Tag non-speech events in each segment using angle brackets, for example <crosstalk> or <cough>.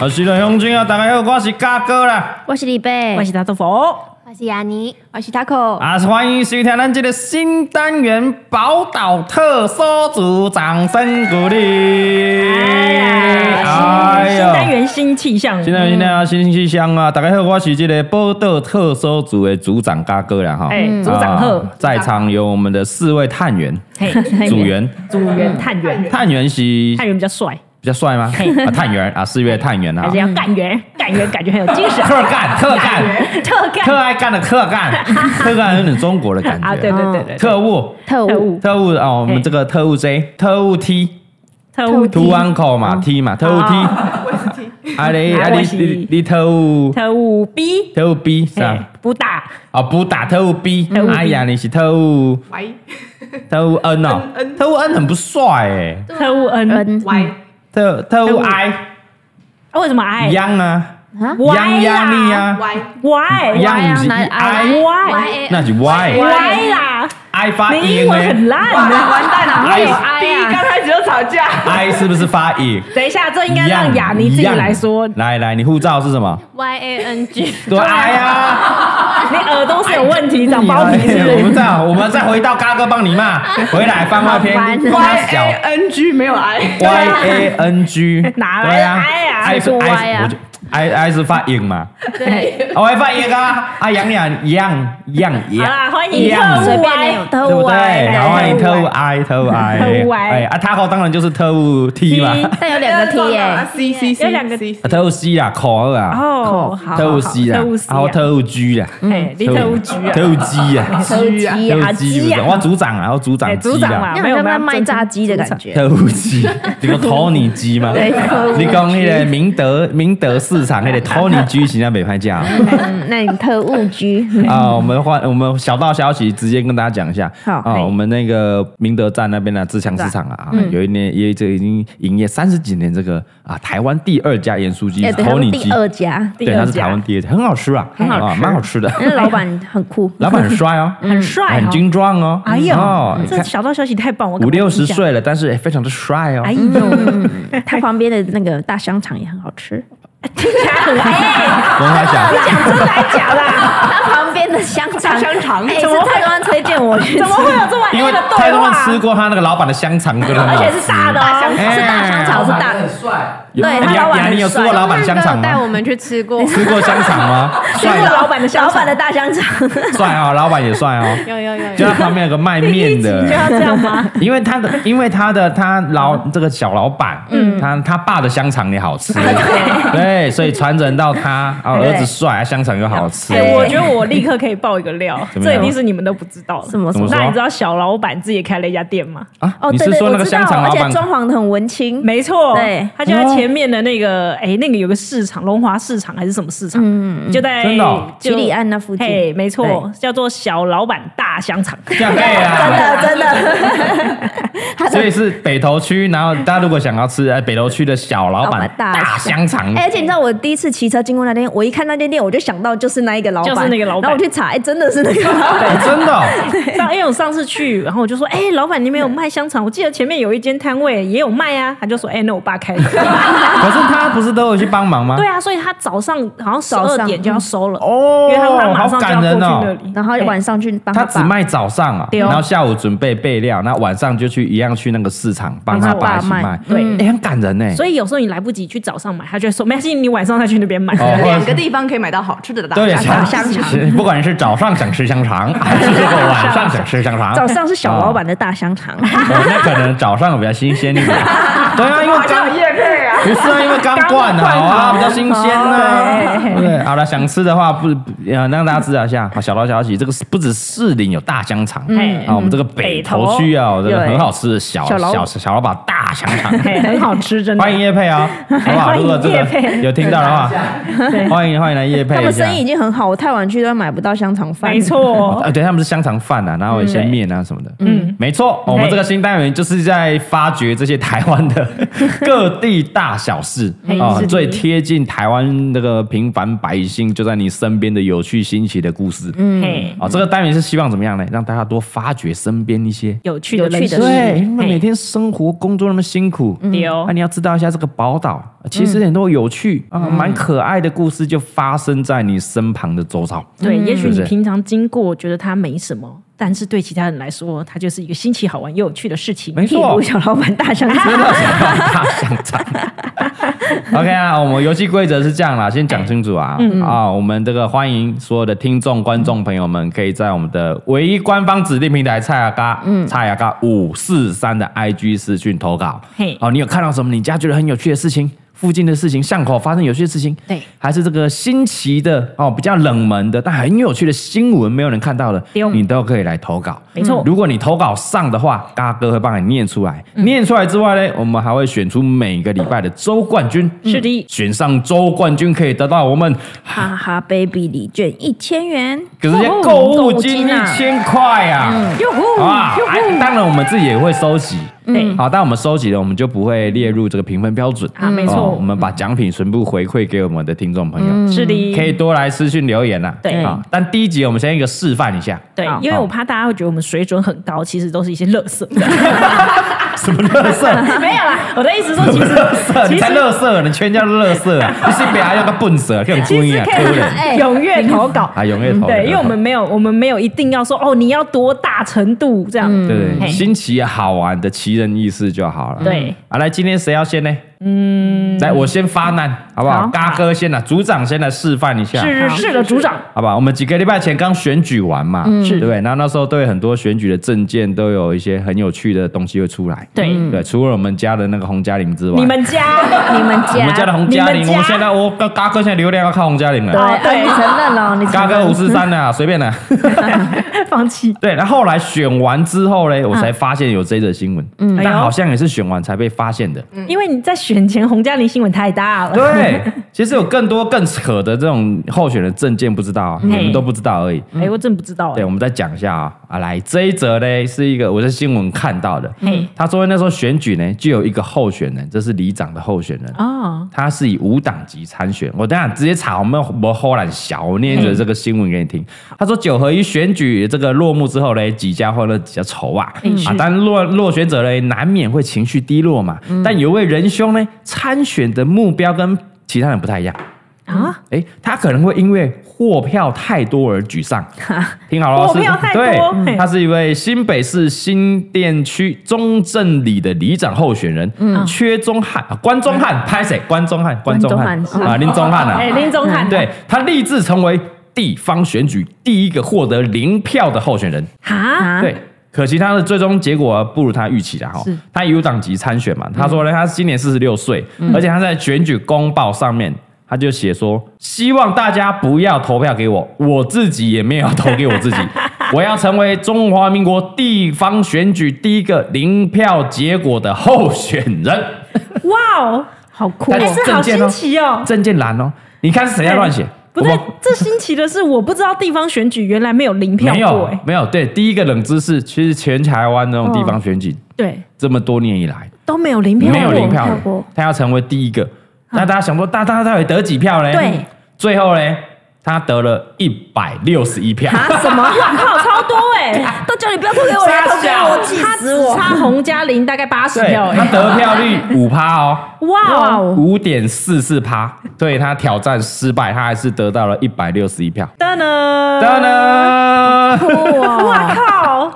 我是梁雄军啊，大家好，我是嘎哥啦，我是李贝，我是大豆佛，我是雅尼，我是 Taco。啊，欢迎收听咱这个新单元《宝岛特搜组》，掌声鼓励！哎新哎新单元新气象，新单元新单元新气象啊！大家好，我是这个宝岛特搜组的组长嘎哥啦哈，哎组长好啊在场有我们的四位探员、嘿 <laughs> 组员，组员、探员，探员是哎探员比较帅，比较帅吗？啊，探员啊，四位探员啊还是，要干员，干员感觉很有精神，特干特干。特干特爱干的特 <laughs> 干，特干有点中国的感觉。啊，对对对对，特务，特特务务特务哦，我们这个特务 J，特务 T，特务嗯图 uncle 嘛，T 嘛，特务 T，哦啊 <laughs> 你啊我你是你你特务特务 B，特务 B 是嘿吧？不打啊不打特务 B，特务 B 哎呀你是特务喂 <laughs> 特务 N 哦，特务 N 很不帅哎，特务 N，人喂，特特特务务 I 啊为什么 I 一样啊，啊一样呀你啊，喂，一 Why 样不是 I， Why 那是 Y Why 啦？ I 发你音欸英文呢很烂的，完蛋了！哎啊第呦一刚开始就 <laughs> 吵架。 ，I 是不是发音？等一下，这应一该样让雅尼自己一样来说，啊你来来，你护照是什么？ Y A N <laughs> G，对哎呀。耳朵是有问题，长 <laughs> 包皮是不哎我是们？再我们再回到嘎哥帮你 <laughs> 骂，回来番外篇好烦啊他 Y A 小 N G 没 <laughs> 有 I， Y A N G <laughs> 哪来的对啊 I 啊？I 是谁说 Y 啊我就 I I 是发音 <laughs> 嘛，对，我发音啊，啊杨洋杨杨好杨，啦，欢迎特随务便没有 Y，对特不务啊对？ Y，然后欢迎特特务务 I 特务 <laughs> I 特务 I 哎啊，他好当然就是特务 T 嘛， <laughs> T 但有两个 <laughs> T 耶， ，C C C，有两个 C，啊特务 C 啊，口二啊，哦，好，特务好 C 啊特务 C，，然后特务 G 啊，哎，你特务局啊， <laughs> 特务 G 啊，特务 T 特务啊， G 不是，鸡啊我组长啊，然后组哎长 G 组长啊。嘛，那没好有像没在有卖炸鸡的感觉，特务机， <laughs> 你讲托尼机吗？对特务你讲迄个明德明德市场迄个托尼机形象北派价嗯那你特务 G，啊！我们换我们小道消息，直接跟大家讲一下好啊！嘿我们那个明德站那边的自强市场啊，啊有一年也这已经营业三十几年，这个啊台湾第二家盐酥鸡哎，对，他托尼们第鸡，二家，对，它是台湾第二家，很好吃啊，很好吃啊蛮好吃的，那老板很酷， <laughs> 老板很帅哦，很帅，很，精壮哦，哎哦呦，，你这看小道消息太棒，我五赶快六十记下，岁了，但是哎非常的帅哦哎，呦，他旁边的那个大香肠也很好吃，听起来很哎，跟他讲。讲真的还假的啊？他旁边的香肠，大香肠哎，怎是么会台湾推荐我去吃怎，么会有这么 <laughs> 因爱为的太对多人话？啊吃过他那个老板的香肠，真的很而好且是吃。大的哦，哎是大香肠，是大，有对你他老板你很你有吃过帅老板香肠带我吗？们去吃过，吃过香肠吗？ <laughs> 吃过帅老板的香老肠板的大香肠，帅哦，老板也帅 <laughs> 哦。有有有就他旁边有个卖面就要的，这 <laughs> 样吗？因为他的，因为他的他老这个小老板，嗯，他他爸的香肠也好 <laughs> 吃， <laughs> 哎对，所以传承到他，啊，对儿子帅，香肠又好吃哎、。我觉得我立刻可以爆一个料，怎么这样一定是你们都不知道的。怎么说怎么说那你知道小老板自己开了一家店吗？啊哦，你对是对，说那我个知道香，肠而老且板？装潢的很文青，没错，对他就在哦前面的那个，哎、那个有个市场，龙华市场还是什么市场？嗯，就在真的哦就七里岸那附近嘿，没错对，叫做小老板大香肠。这样可以 <laughs> 真啊。哎的真的，所以是北投区，然后大家如果想要吃呃北投区的小老老板板大大香肠， <laughs> 哎而且你知道我第一次骑车经过那间，我一看那间店，我就想到就是那一个老板，就是那个老板然后我去查，哎，真的是那个老板， <laughs> 哦真 <laughs> 的哦。上，因为我上次去，然后我就说，哎、老板你们有卖香肠？我记得前面有一间摊位也有卖啊。他就说，哎、那我爸开的。可是他不是都有去帮 <laughs> 忙吗？对啊，所以他早上好像十早二上点就要收了，哦因为他他马上就要好感过去那人哦里，然后嘿晚上去帮他他只爸卖早上啊，对哦然后下午准备备料，那晚上就去一样去那个市场帮他帮他爸爸一起卖卖，对嗯哎很感人呢。所以有时候你来不及去早上买，他就会说没关系，你晚上再去那边买。哦两个地方可以买到好吃的大对肠。香肠是 <laughs> 不管是早上想吃香 <laughs> 肠，还是这个晚上想吃香肠，哦早上是小老板的大香肠， <laughs> 哦那可能早上比较新鲜一点。对啊，因为好像刚有叶配啊，不是啊，因为刚灌好啊，比较新鲜啊。对不对，好了，想吃的话不呃让大家知道一下。好，小道消息，这个是不止士林有大香肠，嗯啊，我们这个北投区啊，有这个很好吃的小小老小小老板大香肠， <laughs> 嘿很好吃，真的。欢迎叶配啊，好不好？欢迎如果这个业配有听到的话，欢迎欢迎来叶 <laughs> 他配一们下生意。已经很好，我太晚去都买不到香肠饭。没，错，啊，对，他们是香肠饭啊，然后有一些面啊什么的。嗯哦嗯，没错，我们这个新单元就是在发掘这些台湾 <laughs> 的各地大小事嘿啊是，的最贴近台湾那个平凡百姓就在你身边的有趣新奇的故事。嗯，嘿，啊，这个单元是希望怎么样呢？让大家多发掘身边一些。有趣的有趣人的事，对，因为嘿嗯哦每天生活工作那么辛苦，啊丢那、你要知道一下这个宝岛，嗯其实很多有趣、啊，蛮可爱的故事就发生在你身旁的周遭。对，也是不嗯许你是平常经过觉得它没什么，但是对其他人来说，它就是一个新奇、好玩又有趣的事情。没譬错如， <laughs> 小老板大香 <laughs> 肠。真的是大香肠。OK 啊，我们游戏规则是这样啦，先讲清楚啊。嗯啊，我们这个欢迎所有的听众、观众朋友们，可以在我们的唯一官方指定平台蔡雅嘎，嗯，蔡雅嘎五四三的 IG 私讯投稿。嘿哦，你有看到什么你家觉得很有趣的事情？附近的事情，巷口发生有趣的事情，对还是这个新奇的哦，比较冷门的，但很有趣的新闻，没有人看到的，对你都可以来投稿。没错如果你投稿上的话，嘎哥会帮你念出来。念出来之外呢，我们还会选出每个礼拜的周冠军。是的选上周冠军可以得到我们哈哈，baby 礼券一千元， <laughs> 可是哦购物金购一啊千块啊！哟好呼吧，哎，当然我们自己也会收集，对好，但我们收集了，我们就不会列入这个评分标准啊没哦错我们把奖品全部回馈给我们的听众朋友，是的，嗯可以多来私讯留言啦。对好但第一集我们先一个示范一下，对好，因为我怕大家会觉得我们水准很高，其实都是一些乐 <laughs> 色。什么乐色？没有啦，我的意思 <laughs> 说，其实乐色，你其才实乐色，你全家都乐色啊！你是别人要个笨蛇，更注其意实啊，可可以怜。哎踊跃投稿。啊，永远投对，因为我们没有，我们没有一定要说哦，你要多大程度这样。对嗯嘿新奇好玩的奇人异事就好了。对，啊，来，今天谁要先呢？嗯，来，我先发难，好不好？好嘎哥先来，组长先来示范一下。是好是的，组长，好吧，我们几个礼拜前刚选举完嘛，嗯对不对？那那时候对很多选举的证件都有一些很有趣的东西会出来。对嗯对，除了我们家的那个洪嘉玲之外，你们 <laughs> 家你们家，我们家的洪嘉玲，你们我家们现在我跟嘎哥现在流量要靠洪嘉玲了，哎哎你承认 <laughs> 了，你承嘎认哥五四三啊，随便的。放弃对，然后后来选完之后呢，我才发现有这则新闻，但好像也是选完才被发现的。嗯因为你在选前洪嘉玲新闻太大了。对，其实有更多更扯的这种候选的证件不知道啊，你们都不知道而已。哎、我真不知道、对，哎我们再讲一下啊啊，来这一则呢是一个我在新闻看到的嘿，他说那时候选举呢就有一个候选人，这是里长的候选人，哦，他是以无党籍参选。我等一下直接查，我们我后来小，我念一则这个新闻给你听。他说九合一选举这个落幕之后呢，几家欢乐几家愁啊、嗯啊！但落落选者呢，难免会情绪低落嘛。嗯但有位仁兄呢，参选的目标跟其他人不太一样。啊，诶，他可能会因为货票太多而沮丧。听好了，哦货是票太多对，嗯嘿他是一位新北市新店区中正里的里长候选人，缺钟汉、啊关钟嗯汉，拍谁？关钟汉，关钟汉关钟汉啊，林钟汉啊，哎、林宗翰，对他立志成为地方选举第一个获得零票的候选人。哈，啊对，可惜他的最终结果不如他预期的哈。他以无党籍参选嗯嘛，他说呢，他今年四十六岁，而且他在选举公报上面。他就写说：“希望大家不要投票给我，我自己也没有投给我自己。 <laughs> 我要成为中华民国地方选举第一个零票结果的候选人。哇哦，好酷、但哦，是哎这证好件哦新奇哦”。哎证件栏哦，你看是谁在乱写？不我对们，这新奇的是，我不知道地方选举原来没有零票没过、有哎，没有。对，第一个冷知识，其实全台湾哦那种地方选举、对，这么多年以来，都没有零票过，没有零票跳的过，他要成为第一个。那大家想说，大大到底得几票嘞？对，最后嘞，他得了一百六十一票。啊 <laughs> 什么？哇靠，超多哎、都叫你不要投给我了，投给我气他死只我！差洪嘉玲大概八十对，票他哎、得票率五趴哦，哇哦，哦五点四四趴，对他挑战失败，他还是得到了一百六十一票。噔噔当然， <laughs> 哇靠！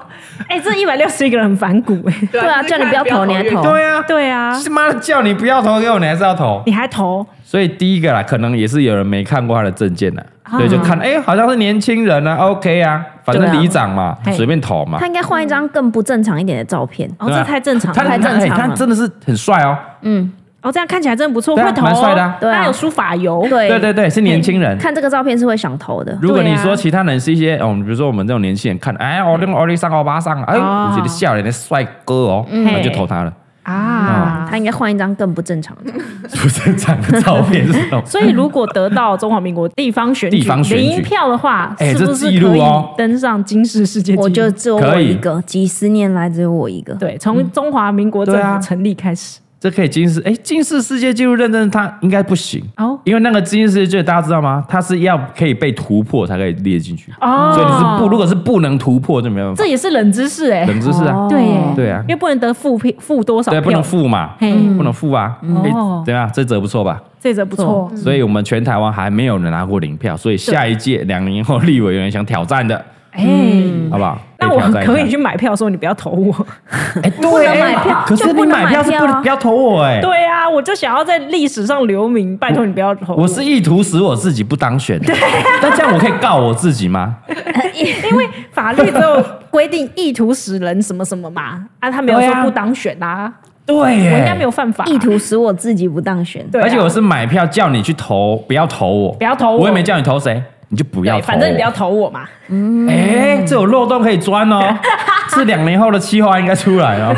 哎、这一百六十一个人很反骨哎、对对啊，就叫是你看不要投，你还越投，对啊，对啊，他妈的叫你不要投给我，你还是要投。你还投所以第一个啦，可能也是有人没看过他的证件呢，对，就看哎、好像是年轻人啊，OK 啊，反对正啊里长嘛，嘿随便投嘛他。应该换一张更不正常一点的照片。哦，对啊这太正常他哎太了。正常他了他真的是很帅哦，嗯，哦，这样看起来真的不错，对啊会投哦，蛮帅的啊对啊他有梳发油，对对对对，是年轻人。看这个照片是会想投的。如果你对说啊其他人是一些，哦，比如说我们这种年轻人看，哎，我那个奥利桑奥巴桑，哎，嗯哦嗯我觉得笑脸的帅哥哦，那就投他了。哦啊。他应该换一张更不正常的，不正常的照片是什 <laughs> 么？所以如果得到中华民国地方选地举方选举零票的话，哎是不这是记录可以哦登上金氏世界纪录？我就嗯只有我一个，几十年来只有我一个。对，从中华民国政对啊府成立开始，这可以金氏，哎，金氏世界纪录认证他应该不行，哦因为那个金氏世界纪录大家知道吗？它是要可以被突破才可以列进去，哦，所以你是不，如果是不能突破就没办法这。也是冷知识哎，冷知识啊，对耶，对啊因为不能得负票负多少对，票，不能负嘛，嘿，嗯不能负啊，哦哎对啊，这则不错吧？这则不错，所以我们全台湾还没有人拿过零票，所以下一届两年后立委有人想挑战的，哎。好不好？那可以我挑战一下可以去买票的时候，你不要投我。哎，对能买票可是就你不能买票是买不票啊能不要投我哎，对啊，我就想要在历史上留名，拜托你不要投我是意图使我自己不当选，啊那这样我可以告我自己吗？ <laughs> 因为法律只有规定意图使人什么什么嘛，啊，他没有对啊哎说不当选啊，对耶，我应该没有犯法。啊意图使我自己不当选。对啊，而且我是买票叫你去投，不要投我，不要投我我，也没叫你投谁，你就不要对，投，反正你不要。投我嘛。哎、这有漏洞可以钻 <laughs> 哦，是两年后的计划应该出来哦。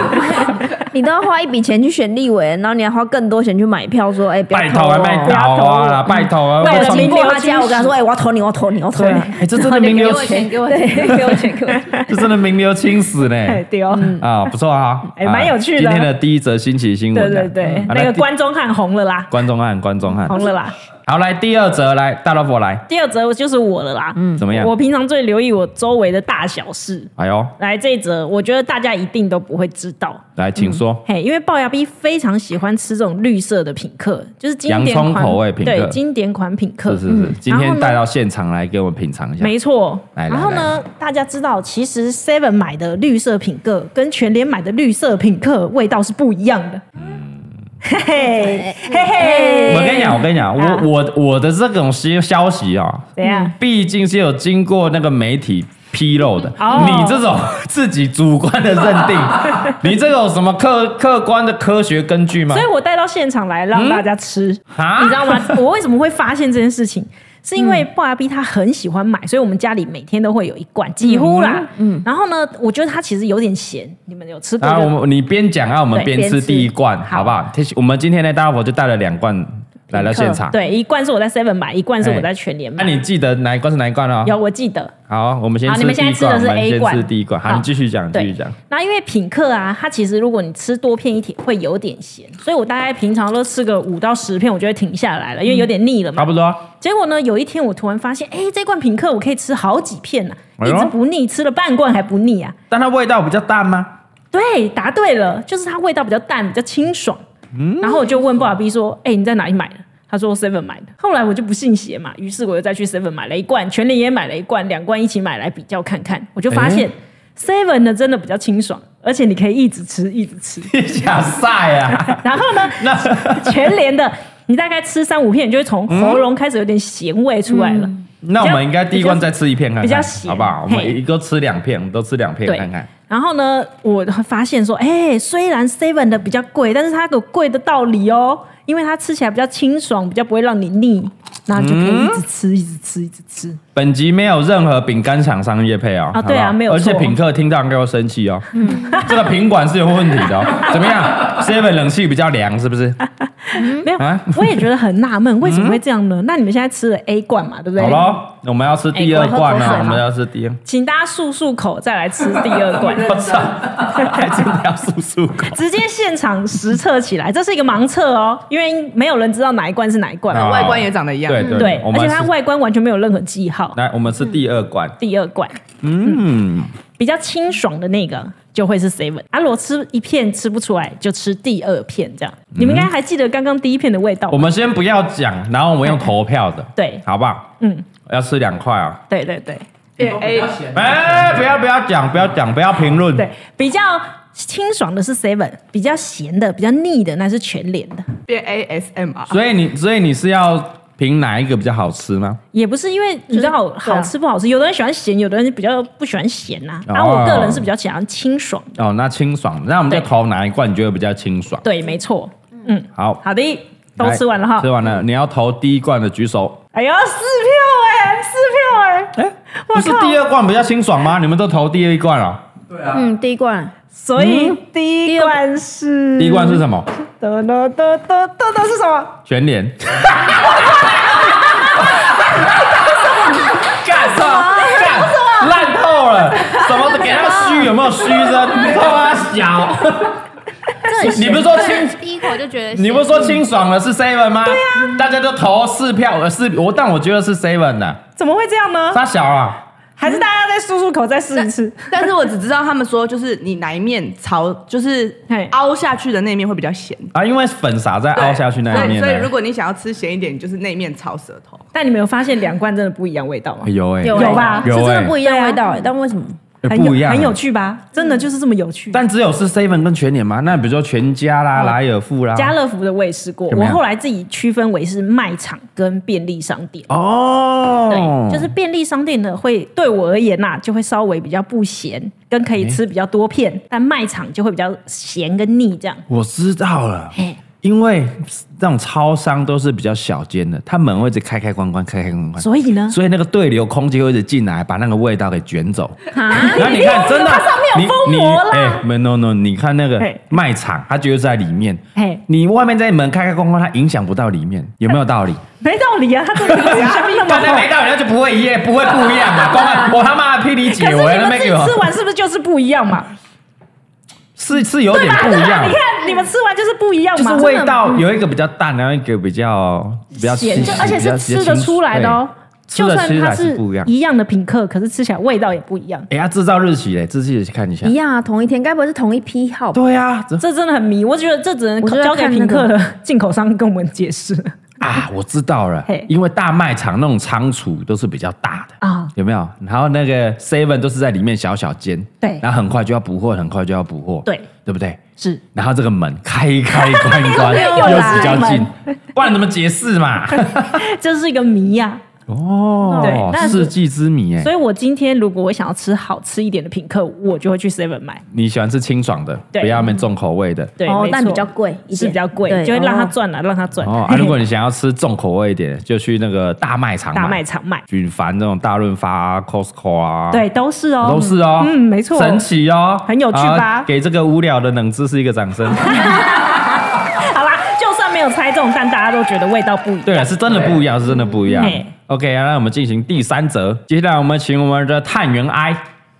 你都要花一笔钱去选立委，然后你要花更多钱去买票，说哎，不拜要托投啊，哦拜不托要投啊我啦，拜托啊，为为了了我民经国过他家，精我跟他说：“神哎、我要投你，我要投你，我要投对你啊。哎、这真的名给流我，钱，给我钱，给我钱，给我钱。这真的名流青史呢。 <laughs> 哎，对哦，啊，不错啊， <laughs> 哎啊蛮有趣的今天的第一则新奇新对闻啊，对对啊，那个第啊关中汉红了啦，关中案，关中案。红了啦。好，来第二则，来大老婆来，第二则就是我了啦，嗯，怎么样我平常最留意我周围的大小事。哎呦，来这一则，我觉得大家一定都不会知道，来，请嗯说。嘿，因为龅牙 B 非常喜欢吃这种绿色的品客，就是经典洋葱款口味品客对，经典款品客。是是是，今嗯然后天呢带到现场来给我们品尝一下。没错，来来然后呢，大家知道，其实 Seven 买的绿色品客跟全联买的绿色品客味道是不一样的。嘿嘿嘿嘿，嗯我跟你讲，我跟你讲，啊我我我的这种消消息啊、怎样？毕竟是有经过那个媒体披露的。哦你这种 <laughs> 自己主观的认定， <laughs> 你这有什么客客观的科学根据吗所以？我带到现场来让大家吃，嗯啊嗯你 <laughs> 知道吗？我为什么会发现这件事情？是因为龅牙 B 他很喜欢买，所以我们家里每天都会有一罐，几乎啦。嗯，然后呢，我觉得它其实有点咸，你们有吃过然就？后我们你边讲啊，我们对边边吃吃第一罐，好好不好？我们今天呢，大家伙就带了两罐来到现场。，对，一罐是我在 Seven 买，一罐是我在全联哎那、买。你记得哪一罐是哪一罐哦？有我记得，好，我们先好，吃你第们一罐，现在吃的是我们 A 先罐，吃第一罐。好，你继续讲，继续讲。。那因为品客啊，它其实如果你吃多片一体会有点咸，所以我大概平常都吃个五到十片，我就会停下来了，因为有点腻了嘛。差不多，结果呢，有一天我突然发现，哎，这罐品客我可以吃好几片呢、哎一呦直不腻，吃了半罐还不腻啊。但它味道比较淡吗？ <laughs> 对，答对了，就是它味道比较淡，比较清爽。然后我就问布尔 B 说：“哎、你在哪里买的？”他说：“Seven 买的。”后来我就不信邪嘛，于是我又再去 Seven 买了一罐，全联也买了一罐，两罐一起买来比较看看，我就发现 Seven 的真的比较清爽，而且你可以一直吃，一直吃。假晒 <laughs> 啊！然后呢，那全联的你大概吃三五片，你就会从喉咙开始有点咸味出来了。那我们应该第一罐再吃一片看看，比较咸好不好？我嘿们一个吃两片，我们都吃两片对看看。然后呢，我发现说，哎、虽然 Seven 的比较贵，但是它有贵的道理哦，因为它吃起来比较清爽，比较不会让你腻，那就可以一直吃，一直吃，一直吃。本集没有任何饼干厂商业配哦，啊对啊好不好没有错嗯而且品客听到应该会生气哦。这个品管是有问题 <laughs> 的哦。怎么样？Seven 冷气比较凉是不是？没有，啊我也觉得很纳 <laughs> 闷，为什么会这样呢？那你们现在吃了 A 罐嘛，对不对？好咯，我们要吃第二罐哎我喝口了，水啊我们要吃 <laughs> 第二。请大家漱漱口，再来吃第二 <laughs> 罐，我操，还真的要漱漱 <laughs> 口。直接现场实测起来，这是一个盲测哦，因为没有人知道哪一罐是哪一罐嘛。好外观也长得一样啊对对啊对，我而们且来它吃外观完全没有任何记号。来，我们吃第二罐。第二罐，嗯，比较清爽的那个就会是 seven。啊，如果吃一片吃不出来，就吃第二片这样。你们应该还记得刚刚第一片的味道我吧？们先不要讲，然后我们用投票的，对好不好？嗯，要吃两块啊。对对对变 A，哎，不要不要讲，不要讲，不要评论。对，比较清爽的是 seven，比较咸的、比较腻的那是全脸的。变 ASMR。所以你，所以你是要评哪一个比较好吃吗？也不是因为你知道好吃不好吃，有的人喜欢咸，有的人比较不喜欢咸呐、哦啊。我个人是比较喜欢清爽。哦，那清爽，那我们就对投哪一罐你觉得比较清爽？对，没错。嗯，好，好的，都吃完了哈嗯吃。完了，你要投第一罐的举手。哎呦，四票哎、四票哎、哎，我不是靠嗯第二罐比较清爽吗？你们都投第一罐啊了、嗯，第一罐所嗯以第一罐是第一罐是什么？得得得得得得是什么？全脸。 <laughs> 干什么？干烂透了！什么？给他虚有没有虚声？他妈小！你不是说清第一口就觉得咸，你不是说清爽的是 seven 吗？对啊，大家都投四票，呃，四我，但我觉得是 seven 的，怎么会这样呢？他小啊，还是大家再漱漱口再试一次？但是我只知道他们说，就是你哪一面朝，就是嘿凹下去的那一面会比较咸。啊，因为粉撒在凹下去那一面所以所以如的。果你想要吃咸一点，你就是那一面朝舌头。但你们有发现两罐真的不一样味道吗？有哎，有有吧是啊有真哎的不一样味道欸，但为什么？哎很有不一样，嗯很有趣吧？真的就是这么有趣。但只有是 seven 跟全脸吗？那比如说全家啦、嗯莱尔富啦，家乐福的我也试过，怎么我样后来自己区分为是卖场跟便利商店。哦对，，就是便利商店的会对我而言呐、就会稍微比较不咸，跟可哎以吃比较多片，但卖场就会比较咸跟腻这样。我知道了嘿。因为那种超商都是比较小间的，它门会一直开开关关，开开关关，所以呢，所以那个对流空气会一直进来，把那个味道给卷走。啊，然后你看，真的，你你膜啦哎，没 no no，你看那个嘿卖场，它就是在里面嘿，你外面在门开开关关，它影响不到里面，有没有道理？没道理啊，他这个 <laughs> 下面那么反正没厚。道理，那就不会一夜不会不一 <laughs> 样嘛。光看我他妈的霹雳姐，可是我在你那们边自己给我吃完是不是就是不一样嘛？是是有点不一样啊你，看你们吃完就是不一样就嘛，是真的嗯味道有一个比较淡，然后一个比较比较咸，清就晰而且比较是吃得出来的哦。比就较清对算吃得出它来是不一样。一样的品客，可是吃起来味道也不一样。哎，它制造日期嘞，自己看一下一。样啊，同一天，该不会是同一批号吧？对啊，这这真的很迷，我觉得这只能我就在交给看那品个客的进口商跟我们 <laughs> 解释啊，我知道了嘿，因为大卖场那种仓储都是比较大的。啊。有没有？然后那个 Seven 都是在里面小小间，对然后很快就要补货，很快就要补货，对，对不对？是，然后这个门开一开关一关 <laughs> 又又来比较门近，不然怎么解释嘛？这是一个谜呀、对哦，但是世纪之谜哎所，以我今天如果我想要吃好吃一点的品客，我就会去 Seven 买。你喜欢吃清爽的，对不要那么重口味的。对，哦没错但比较贵一点是比较贵，对就会让他哦赚了，让他赚。哦 <laughs> 啊，如果你想要吃重口味一点，就去那个大卖场大卖买，场买，举凡这种大润发啊、Costco 啊，对，都是哦，都是哦，嗯，没错，神奇哦，很有趣吧啊给这个无聊的冷知识一个掌声。嗯好啦，就算没有猜中，但大家都觉得味道不一样。对啊，是真的不一样，是真的不一样嘿。 OK 啊，那我们进行第三则，接下来我们请我们的探员 I，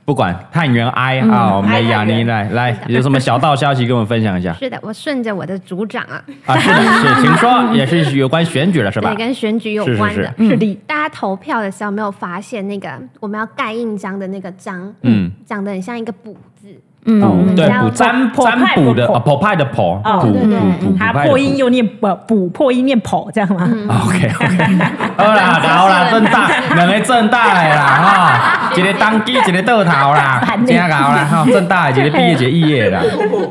不管探员 I 啊，我们的雅尼来来，有什么小道消息跟我们分享一下是的，我顺着我的组长啊，啊？嗯是的，是，请说，也是有关选举了是吧对，？跟选举有是是嗯关的。嗯是是的，大家投票的时候有没有发现那个我们要盖印章的那个章，嗯嗯，长得很像一个补字，嗯，对，嗯卜占卜占派卜的卜啊，卜派的卜，哦卜对卜对卜卜他派的破音卜。又念补，补破音念跑，这样吗？ OK OK，好啦好啦，正大两个正大的啦吼，一个当机一个倒头啦，真好啦吼，正大的一个毕业一个肄业啦，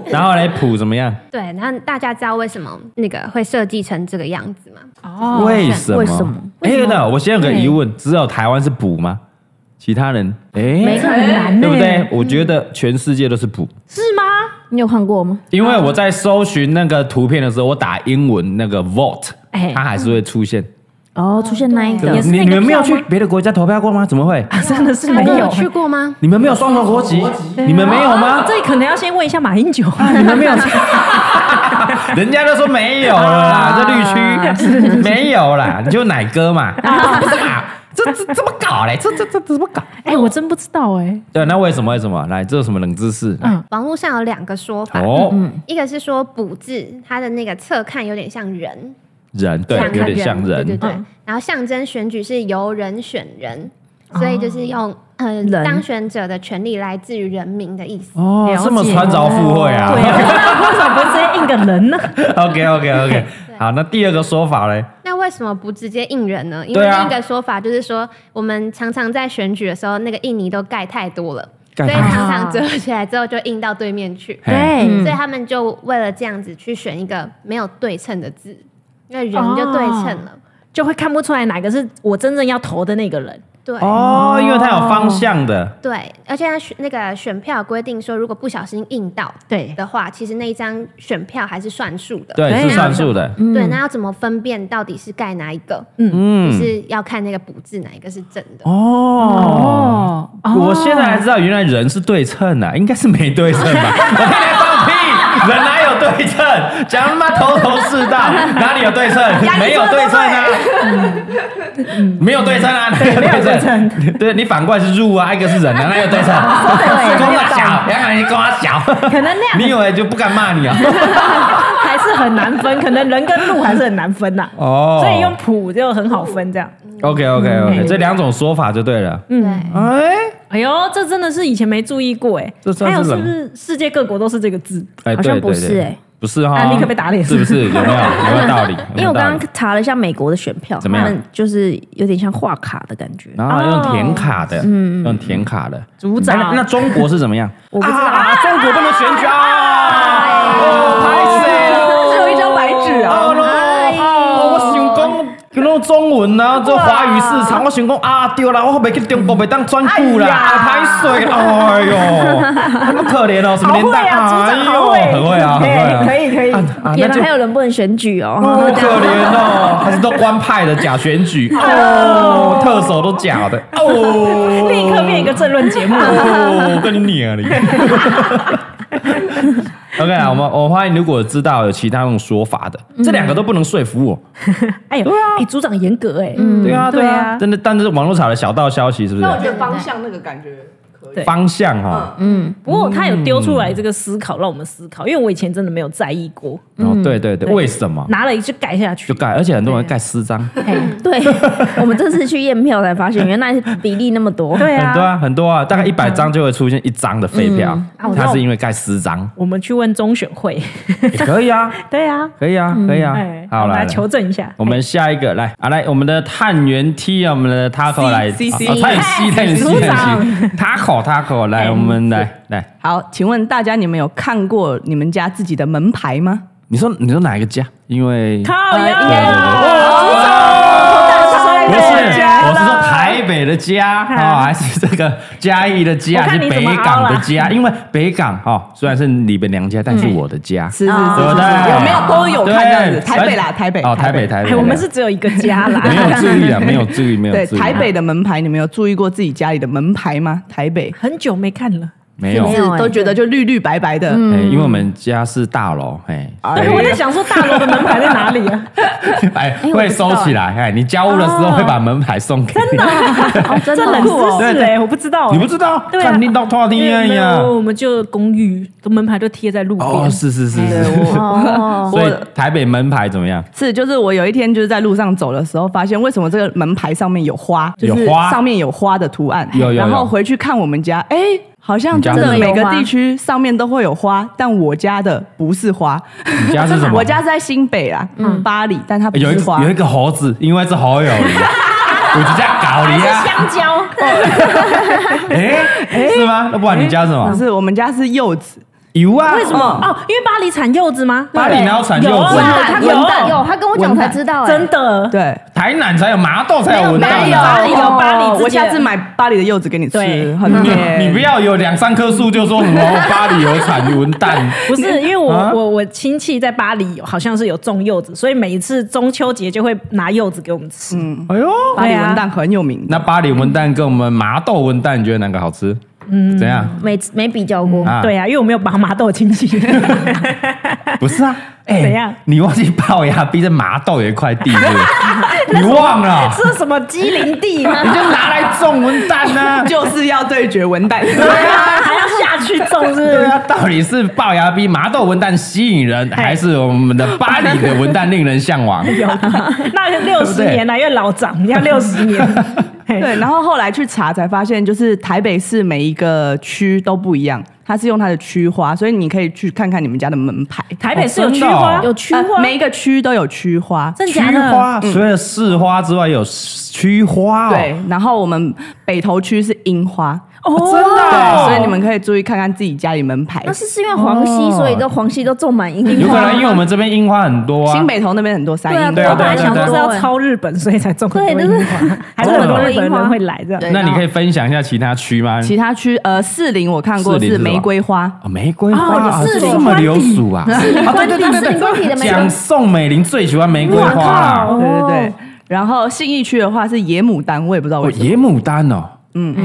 然后来普怎么样？对，然后大家知道为什么那个会设计成这个样子吗？哦，为什么？为什么哎，那我先有个疑问，只有台湾是补吗？其他人哎，没看很难欸呢对不对？我觉得全世界都是补，是吗？你有看过吗？因为我在搜寻那个图片的时候，我打英文那个 vote，哎它还是会出现。哦，出现那一对个你也是那个你们没有票去吗别的国家投票过吗？怎么会？啊真的是大没家都有去过吗？你们没有双重国籍？你 <laughs> 们没有吗啊哦？这可能要先问一下马英九，你们没有？人家都说没有了啦，这绿区没有啦，你就奶哥嘛，不是嘛？这这怎么搞嘞？这这这怎么搞？ <laughs> 哎，我真不知道哎，对，那为什么？为什么？来，这有什么冷知识？嗯网络上有两个说法，嗯哦，一个是说补字，它的那个侧看有点像人，人对，像有点人像对对人。对。嗯然后象征选举是由人选人，所以就是用呃人当选者的权利来自于人民的意思。哦了解这么穿凿附会啊对 <laughs> 啊，为什么不直接印个人呢？ ！OK OK OK，好，那第二个说法嘞，那为什么不直接印人呢？因对为啊另一个说法就是说，我们常常在选举的时候，那个印泥都盖太多了，盖所以太多常常折起来之后就印到对面去。嘿嗯对所以他们就为了这样子去选一个没有对称的字，因为人就对称了。哦就会看不出来哪个是我真正要投的那个人。对、哦，因为它有方向的，对，而且他选那个选票有规定说，如果不小心印到对的话，其实那一张选票还是算数的。对，对是算数的。对，那要怎么分辨到底是盖哪一个？嗯就是要看那个补字哪一个是正的。哦。哦，我现在才知道，原来人是对称啊，应该是没对称吧？我跟你放屁，人哪有对称？讲他妈头头是道，哪里有对称？没有对称啊，没有对称啊，没有对称。对你反过来是入啊，一个是人啊，哪有对称？公他小，杨凯你公他小，可能那你样以为就不敢骂你啊？还是很难分，可能人跟路还是很难分呐、哦，所以用谱就很好分，这样。 OK OK OK，这两种说法就对了。对，哎哎呦，这真的是以前没注意过哎、这算还是有冷是不是世界各国都是这个字？哎，好对像对不是对哎，不是哈，啊立刻被打脸是不是？有没有有没有道理？有没有 <laughs> 因为我道刚理刚查了一下美国的选票，怎他么样们就是有点像画卡的感觉，然后用填卡啊的，嗯用填卡的。组那长，那中国是怎么样？我不知道啊，中国不能选举哎啊！哦，拍谁哦？只有一张白纸啊！哦哎哦，我想讲。用中文啊，做华语市场，我想讲啊，对啦，我袂去中国袂当专顾哎啦，啊，歹水啦，哎呦，那 <laughs> 么可怜哦，什么年代好会啊组长好会哎呦很会啊，很会啊，可以可以啊啊那原来就还有人不能选举好哦。可怜哦，还是都官派的假选举哎哦，特首都假的 <laughs> 哦，立刻变一个政论节目。哦，我跟你娘嘞。OK 啊，我们我欢迎，如果知道有其他那种说法的，嗯这两个都不能说服我。 <laughs> 哎呦，哎，组长严格哎，嗯，对啊，对啊真的，但是网络炒的小道消息是不那我是？觉得方向那个感觉可以。对嗯方向哈，不过他有丢出来这个思考，让我们思考，因为我以前真的没有在意过，然后哦对对对，嗯对为什么拿了一句盖下去就，盖？而且很多人盖私章，很对，我们这次去验票才发现，原来比例那么多。对啊嗯多，啊，很多啊，大概一百张就会出现一张的废票啊我，知道它是因为盖私 <laughs> 章，我们去问中选会，也可以啊， <laughs> 对啊，可以啊，可以啊哎，，好我们来来来求证一下，我们下一个来啊，来我们的探员 T 啊，我们的 Taco C- 哎来， C- 啊 C 啊探员 C 探员 C 组探长员 C Taco Taco 哎来，我们来来，好，请问大家，你们有看过你们家自己的门牌吗？你说你说哪一个家？因为哎靠对对对哦呀，我不是，大家啦我是说台北的家啊，还是这个嘉义的家，我还看是你怎北么港的家？因为北港哈虽然是你们娘家，但是我的家，是是是，对不对？有没有都嗯有看这样子？啊对台北啦，台北哦，台北台北，哎，我们是只有一个家啦，没有注意啊，没有注意，没有对注意，台北的门牌，你们有注意过自己家里的门牌吗？台北 <laughs> 很久没看了，没有没。有哎都觉得就绿绿白白的，哎、因为我们家是大楼，哎、嗯哎对，我在想说大楼的门牌在哪里 <laughs> 啊？哎，会收起来，哎，你交屋的时候会把门牌送给你，哦，真这的冷知对识对哎，我不知道， <laughs> 你不知道？对啊看你到拖地因为院没呀有，。我们就公寓的门牌都贴在路哦，边，是是是是，哦， <laughs> 所以台北门牌怎么样？是，就是我有一天就是在路上走的时候，发现为什么这个门牌上面有花，就有是花上面有花的图案，有有有然后回去看我们家，哎、好像真你家的是每个地区上面都会有花，但我家的不是花，你家是什么？ <laughs> 我家是在新北啦，巴黎，但它不哎有一是花个有一。个猴子，因为是猴友谊，我就这样搞你啊！香蕉，哎，是吗？那不然你家是什不么？是，我们家是柚子，油啊？为什么？哦，因为巴黎产柚子吗？巴黎哪有产柚有子？啊他有滚蛋有，哦他跟我讲我才知道，哎真的，对，台南才有麻豆才有文巴旦黎啊。巴黎有巴黎自己的，我下次买巴黎的柚子给你吃，对很甜。嗯你不要有两三棵树就说什么巴黎有产文旦，<laughs> 不是，因为我、啊我我亲戚在巴黎有好像是有种柚子，所以每一次中秋节就会拿柚子给我们吃。哎呦，巴黎文旦很有名的，那巴黎文旦跟我们麻豆文旦，你觉得哪个好吃？嗯，怎样没没比较过，啊？对，啊，因为我没有爸妈都有 <laughs> 亲戚，不是啊，哎，怎样你忘记龅牙逼在麻豆有一块地是不是你忘了？ <laughs> 是什么鸡零地吗？你就拿来种文旦啊呢？ <laughs> 就是要对决文旦。 <laughs> 还要下去种是不对是？啊，到底是龅牙逼麻豆文旦吸引人，还是我们的巴黎的文旦令人向往？ <laughs> 那六十年啊来，因为老长，要六 <laughs> 十年。嘿对，然后后来去查才发现，就是台北市每一个区都不一样，它是用它的区花，所以你可以去看看你们家的门牌。台北是有哦真区的哦花，有区呃花，每一个区都有区花。真的区假的？花除了市花之外，有区花哦。对，然后我们北投区是樱花，哦，真的哦对，所以你们可以注意看看自己家里门牌那。是是因为黄溪，哦所以都黄溪都种满樱有可花能因为我们这边樱花很多啊。新北投那边很多山樱对啊花我本来想说是对啊对要啊抄日本，所以才种很多对就是樱花， <laughs> 还是很多日本人会来这样。对那你可以分享一下其他区吗？其他区呃，士林我看过士林是是什么玫瑰花，哦，玫瑰花哦啊是这么流俗啊！啊，对对对是对你问题的对，玫瑰讲宋美龄最喜欢玫瑰花啊哇啦靠。对对对哦。然后信义区的话是野牡丹，我也不知道哦，为什么。野牡丹哦，嗯，哎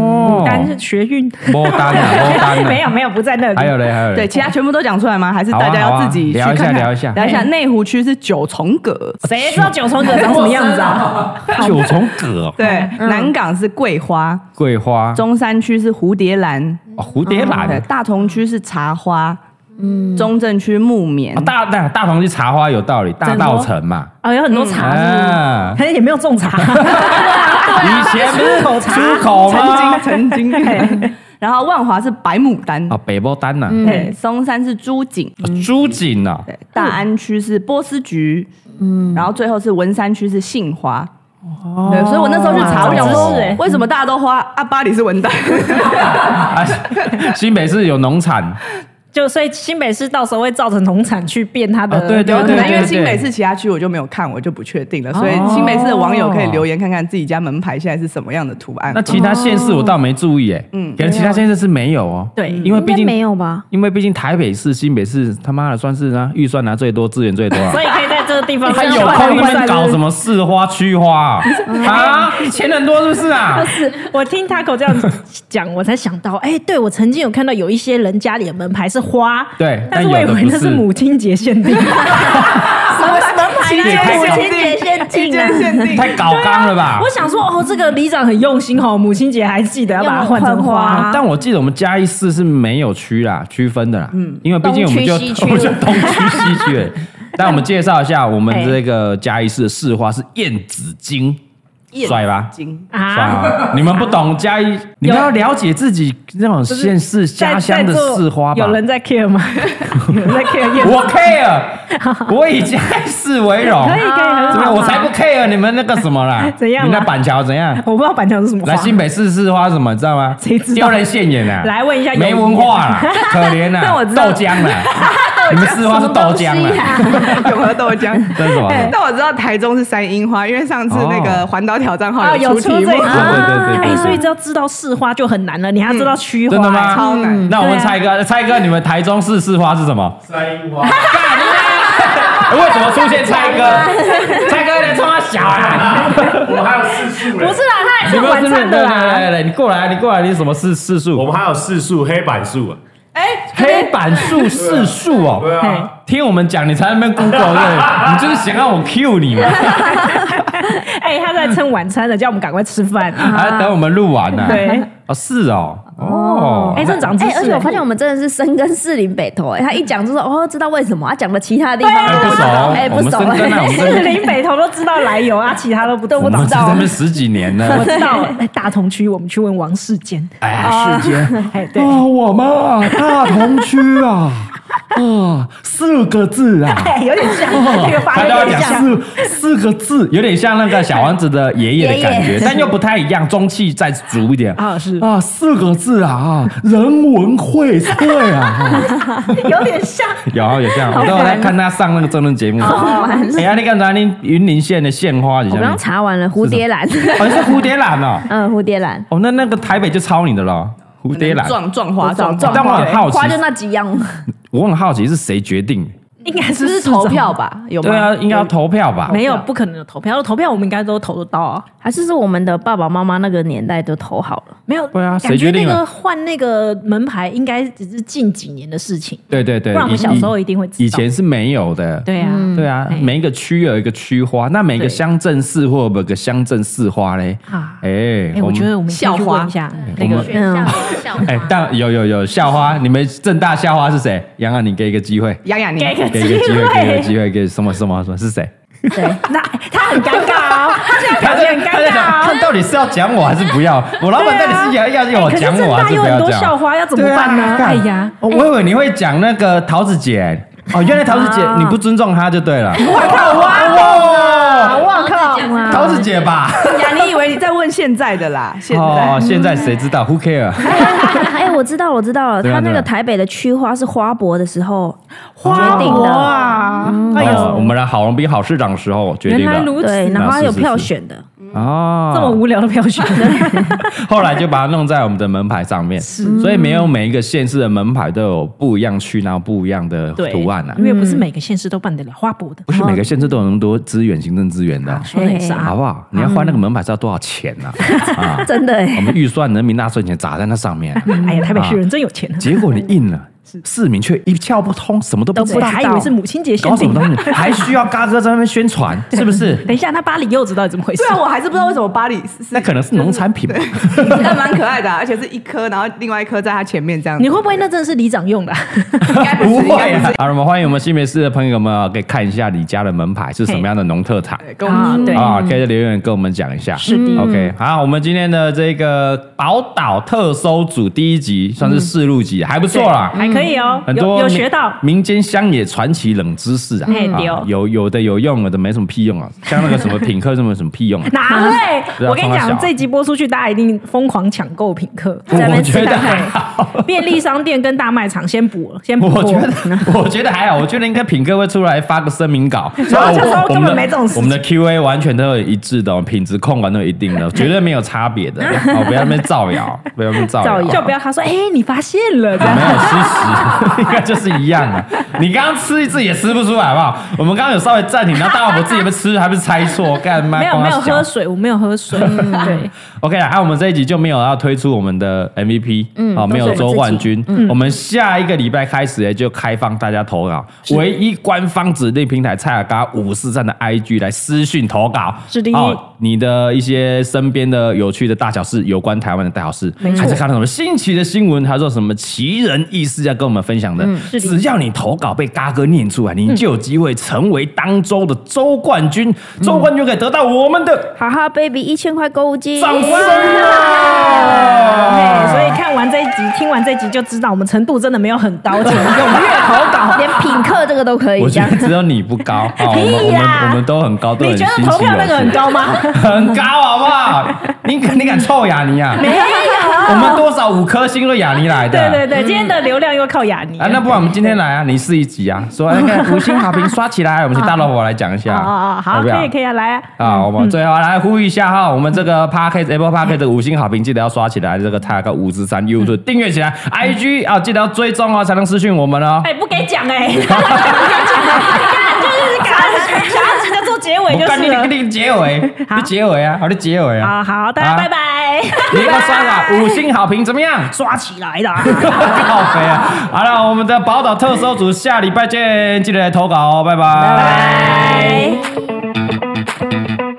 牡单是学运，牡丹啊，牡丹啊， <laughs> 没有没有不在那里。还有嘞，还有嘞，对，其他全部都讲出来吗？还是好啊大家好啊要自己去聊看一下看？聊一下聊一下。内湖区是九重阁，谁知道九重阁长什么样子啊？ <laughs> 九重葛哦，对，南港是桂花，桂花，中嗯山区是蝴蝶兰，哦蝴蝶对兰，大同区是茶花，嗯，中正区木棉啊，大大大同区茶花有道理，大道城嘛，哦，有很多茶是不是，啊，可能也没有种茶， <laughs> 以以前不是口茶出口吗？ <laughs> 曾经曾经，然后万华是白牡丹啊，，北波丹呐，对，松山是朱槿，朱啊槿呐，对，大安区是波斯菊，嗯，然后最后是文山区是杏花。哦对，所以我那时候去查，哇我想真说是欸，为什么大家都花啊？巴黎是文旦，啊， <laughs> 新北市有农产，就所以新北市到时候会造成农产去变它的哦对对 <laughs> 有可能因对哦为对新北市其他区我就没有看，我就不确定了。所以新北市的网友可以留言看看自己家门牌现在是什么样的图案那。其他县市我倒没注意，哎，嗯，可能其他县市是没有哦，对因为毕应该竟没有吧？因为毕竟台北市、新北市他妈的算是呢预算拿最多、资源最多啊所。以可以在这个地方还有空你们搞什么市花、区花啊？<laughs> 啊，一千人多是不是啊？我听 Taco 这样讲，我才想到，哎、对我曾经有看到有一些人家里的门牌是花，对但是但我以有的为不那是是母亲节限 <laughs> 定，什么什么牌也啊？太母搞亲节限期 <laughs> 定啊间！限 <laughs> 定，太搞纲了吧我！想说，哦，这个里长很用心哦，母亲节还记得要把它换成要花换。啊但我记得我们嘉义市是没有区啦，区分的啦。嗯，因为毕竟我们就东区西 <laughs> 区我们就东区西区 <laughs> 而已。但我们介绍一下，我们这个嘉义市的市花是燕子金，帅吧？金帅啊，啊！你们不懂嘉义，你们要了解自己那种县市在家乡的在座市花吧有。人在 care <laughs> 吗？有人在 care 燕子我 <laughs> care，我以嘉义市为荣可。以可以，很怎么好！样？我才不 care 你们那个什么啦 <laughs> 怎样啦你啊那板桥怎样？我不知道板桥是什么花。来新北市市花什么，知道吗？谁知道丢人现眼啊！来问一下没文化啦， <laughs> 可怜啦但我，知豆道浆 <laughs> 啦，你们市花啊是豆浆啊啦，永和豆浆。这 <laughs> 是什么？ <laughs> 但我知道台中是三樱花，因为上次那个环岛挑战哦号有出题出目这，个对对对对哎、对所以只要知道市花就很难了，你还要知道区花、嗯真的哎吗？超难嗯那我对问啊蔡哥，蔡哥，你们台中市市花是什 <laughs> 么？哎三 <laughs> 樱花，为什么出现蔡 <laughs> 哥？蔡哥在冲他小啊！我们还有四树嘞，不是啦，他还你是们晚是不是？餐对的对对啦。对对，你过来，你过来，你什么市市我树？们还有四树黑板树啊，黑板树市树哦。对嘿啊，听我们讲，你才在那边 Google 对不 <laughs> 对，你就是想让我 Q 你嘛，哎、他嗯在蹭晚餐的，叫我们赶快吃饭。还等我们录完呢。对，哦，是哦，哦，哎、这长知哎，识、而且我发现我们真的是深耕士林北投，哎，他一讲就说哦，知道为什么，他讲了其他地方哎不熟，哎，我不们熟，深耕啊，我哎们士 <laughs> 深林北头都知道来由啊，其他都不都我不们知在道这。边十几年了，我知道，哎大同区我们去问王世坚。 <laughs> 哎呀，世间哎，对，啊，我们啊，大同区啊，啊，四个字啊。哎，有点像这个发他音都要有讲点像。四四个字，有点像那个小王子的爷爷的感爷觉，但又不太一样，中气再足一点啊，是啊，四个字啊啊，人文荟萃啊，啊 <laughs> 有点像，有啊有像，我都有在看他上那个争论节目。哦哎呀，你刚才你云林县的县花，你我像刚刚查完了蝴蝶兰，好像是蝴蝶兰哦。嗯，蝴蝶兰，哦，那那个台北就抄你的了，蝴蝶兰。撞撞花撞撞撞但我很好奇花就那几样，我很好奇是谁决定？应该是是不市是长投票？吧？有吗？对啊，应哦该要投票吧？没有，不可能有投票。投票我们应该都投得到啊。还是是我们的爸爸妈妈那个年代就投好 <laughs> 了。没有，对啊感谁决觉定那了个换那个门牌应该只是近几年的事情，对对对，不然我们以小时候一定会知道以前是没有的。对啊，对啊，每一个区有一个区花，那每个对乡镇市或每个乡镇市花嘞？啊哎哎，我觉得我们校先去花问一下嗯我那们 <laughs> 个学校的校花哎，但有有有校花，嗯你们正大校花是谁？杨啊，你给一个机会， <laughs> 杨雅宁 <laughs> 给个给一个机机会，给一个会，机会，给什么什么什么是谁？对，那他很尴尬哦，他现在表他情在很他在尴想，尬看哦。到底是要讲我还是不要？我老板到底是要 <laughs> 要要我可是讲正我还大是有不很要多讲校？花，要怎么对办呢啊？哎呀，哦我以为你会讲那个桃子姐哦，原来桃子姐啊你不尊重她就对 <laughs> 了。我靠！哇哇！我靠，桃子姐吧？呀，你以为你在问现在的啦？现哦，在现在谁知道？Who care？哎，我知道，我知道了，对啊他那对啊个台北的区花是花博的时候花决定博的，啊，哎哦，我呦，们的郝龙斌好市长时候决原定来的如此，对，然后他有是是票是选的，哦，这么无聊的票选，后来就把它弄在我们的门牌上面，所以没有每一个县市的门牌都有不一样区，然后不一样的对，图案啊因。为不是每个县市都办得了花博的不。是每个县市都有那么多资源，行政资源的，说的也是好啊，不好？你要换那个门牌是要多少钱呢？啊，真的我哎，们预算人民纳税钱砸在那上面，啊哎呀，台北市人真有钱啊，结果你印了，市民却一窍不通，什么都不知对道，还以为是母亲节限搞什定么。东西，还需要嘎哥在那边宣传，是不是？ <laughs> 等一下，那巴黎柚子到底怎么回事对？啊，我还是不知道为什么巴黎是那可能是农产品吧。 <laughs> 但蛮可爱的啊，而且是一颗，然后另外一颗在他前面这样子。你会不会那真的是里长用的啊？应该不是应会该不啊是！好，我们欢迎我们新北市的朋友们啊，可以看一下李家的门牌是什么样的农特产对，跟我们啊 <laughs> 说对啊，可以在留言跟我们讲一下。是的嗯 OK，好，我们今天的这个宝岛特搜组第一集算是试录集，还不错啦。还可以哦，很有多有民学到。民间乡野传奇冷知识啊，嘿对啊哦。有有的有用，有的没什么屁用啊，像那个什么品客，什么什么屁用啊 <laughs> 哪会？对啊我跟你冲他小讲，这集播出去，大家一定疯狂抢购品客。在那我边吃觉得大还海，好，便利商店跟大卖场先补了，先补货。 <laughs> 我觉得我觉得还好，我觉得应该品客会出来发个声明稿， <laughs> 然后说就说我我根本们没这的种事我情们的 Q&A 完全都有一致的哦，品质控管都有一定 <laughs> 的，绝对没有差别的。哦，不要在那边造谣，不要在那边造造谣哦谣。就不要他说，哎、你发现了这没样。有吃 <laughs> 屎，应该就是一样的。你刚刚吃一次也吃不出来，好不好？我们刚刚有稍微暂停，然后大伙我自己没吃，还不是猜错，干嘛？没有光没他有小喝水，我没有喝水。嗯 <laughs> 对， OK 啦，啊，我们这一集就没有要推出我们的 MVP，嗯，哦，没有周冠军，我们下一个礼拜开始就开放大家投稿，唯一官方指定平台蔡尔嘎五四站的 IG 来私讯投稿，是的哦，你的一些身边的有趣的大小事，有关台湾的大小事，还是看到什么新奇的新闻，还是有什么奇人异事要跟我们分享的，是的只要你投稿被嘎哥念出来，你就有机会成为当周的周冠军，周冠军可以得到我们的哈哈，baby 一千块购物金，掌声啊对，啊！所以看完这一集，听完这一集就知道我们程度真的没有很高，请踊跃投 <laughs> 稿。连品客这个都可以我这觉样得。只有你不高啊，<laughs> 我们我屁们啦我们都很高，都很你觉欣喜得投票那个很高吗？有事很啊高好不好？你敢你敢臭雅尼啊？没有，我们多少五颗星都雅尼来的。 <laughs> 对对对，今天的流量又靠雅尼。啊，那不然我们今天来啊，你试一集啊，说那个五星好评刷起来，我们请大老虎来讲一下，哦哦哦，好，要不要可以可以啊，来啊。啊，我们最后来呼吁一下哈，我们这个 p a r k a s Apple p a r k a s 的五星好评记得要刷起来，这个泰个五之三 YouTube 订阅起来，IG 啊记得要追踪哦，才能私讯我们哦。哎，不给讲 <laughs> 哎，不给讲哎，就是赶想要急着做结 <laughs> 尾我就干你是你了。你结尾， <laughs> 好你结尾啊，好你结尾啊好，好，大家拜 <laughs> 拜，你要刷了 <laughs> 五星好评怎么样？ <laughs> 刷起来的啊。靠肥啊！好了，我们的宝岛特搜组下礼拜见，记得来投稿哦，拜拜拜。